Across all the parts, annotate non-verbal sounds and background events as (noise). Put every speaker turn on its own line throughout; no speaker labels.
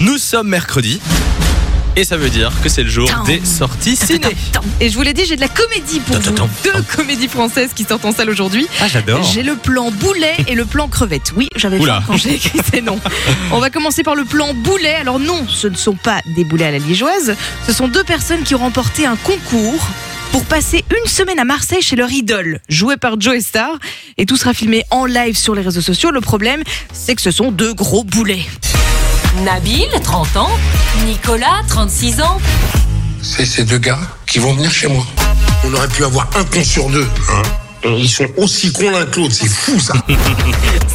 Nous sommes mercredi. Et ça veut dire que c'est le jour des sorties ciné.
Et je vous l'ai dit, j'ai de la comédie pour
Attends,
vous.
attends,
Deux
attends.
comédies françaises qui sortent en salle aujourd'hui.
Ah, j'adore.
J'ai le plan boulet et le plan crevette. Oui, j'avais
Oula.
faim quand j'ai écrit ces noms. On va commencer par le plan boulet. Alors non, ce ne sont pas des boulets à la liégeoise. Ce sont deux personnes qui ont remporté un concours pour passer une semaine à Marseille chez leur idole, jouée par Joe Star. Et tout sera filmé en live sur les réseaux sociaux. Le problème, c'est que ce sont deux gros boulets.
Nabil, 30 ans. Nicolas, 36 ans.
C'est ces deux gars qui vont venir chez moi. On aurait pu avoir un con sur deux. hein. Ils sont aussi cons l'un que l'autre, c'est fou ça.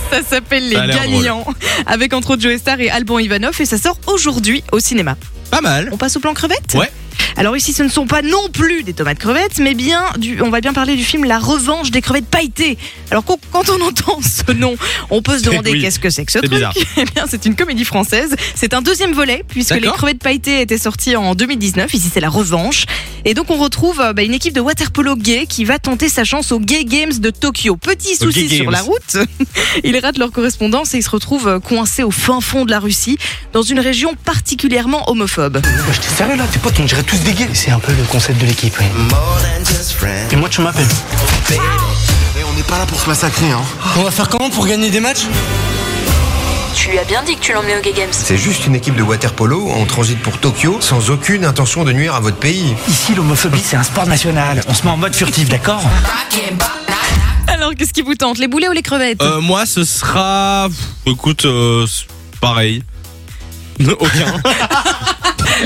Ça s'appelle Les
Ça a l'air
Gagnants, avec entre autres Joe Star et Alban Ivanov, et ça sort aujourd'hui au cinéma.
Pas mal.
On passe au plan crevette
Ouais.
Alors ici, ce ne sont pas non plus des tomates crevettes, mais bien, du, on va bien parler du film La Revanche des crevettes pailletées. Alors qu'on- quand on entend (laughs) ce nom, on peut se
C'est-
demander
oui.
qu'est-ce que c'est que ce
C'est
truc.
bizarre.
(laughs) Eh bien, c'est une comédie française. C'est un deuxième volet puisque les
D'accord.
crevettes pailletées étaient sorties en 2019. Ici, c'est La Revanche. Et donc, on retrouve euh, bah, une équipe de waterpolo gay qui va tenter sa chance aux Gay Games de Tokyo. Petit
Aux
souci
Gay
sur
Games.
la route. (laughs) Ils ratent leur correspondance et ils se retrouvent euh, coincés au fin fond de la Russie, dans une région particulièrement homophobe.
Ouais, je t'ai sérieux là, tes potes, on dirait tous des gays. C'est un peu le concept de l'équipe, oui. Et moi, tu m'appelles.
On n'est pas là pour se massacrer, hein.
On va faire comment pour gagner des matchs
Tu lui as bien dit que tu l'emmenais au Gay Games.
C'est juste une équipe de waterpolo en transit pour Tokyo sans aucune intention de nuire à votre pays.
Ici, l'homophobie, c'est un sport national. On se met en mode furtif, d'accord
Alors, qu'est-ce qui vous tente Les boulets ou les crevettes
Euh, moi, ce sera. Pff, Écoute, euh, c'est
(laughs)
pareil. Aucun.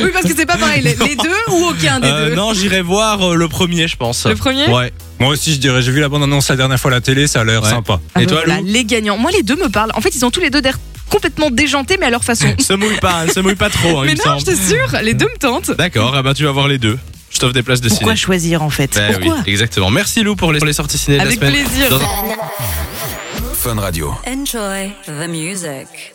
Oui, parce que c'est pas pareil. Les, les deux ou aucun des
Euh,
deux
non, j'irai voir euh, le premier, je pense.
Le premier
Ouais.
Moi aussi, je dirais, j'ai vu la bande-annonce la dernière fois à la télé, ça a l'air
Ouais.
sympa.
Ah
Et
bah
toi,
voilà,
Lou
Les gagnants. Moi, les deux me parlent. En fait, ils ont tous les deux d'air complètement déjantés, mais à
(laughs)
leur façon.
Se mouille pas, hein, se mouille pas trop, hein,
mais
il me
non, je
semble.
t'assure, les deux me tentent.
D'accord, eh ben, tu vas voir les deux. Je t'offre des places de ciné.
choisir en fait
Ben oui, exactement. Merci Lou pour les, pour les sorties ciné de la
Avec
semaine.
plaisir.
Dans-
Fun Radio.
Enjoy the music.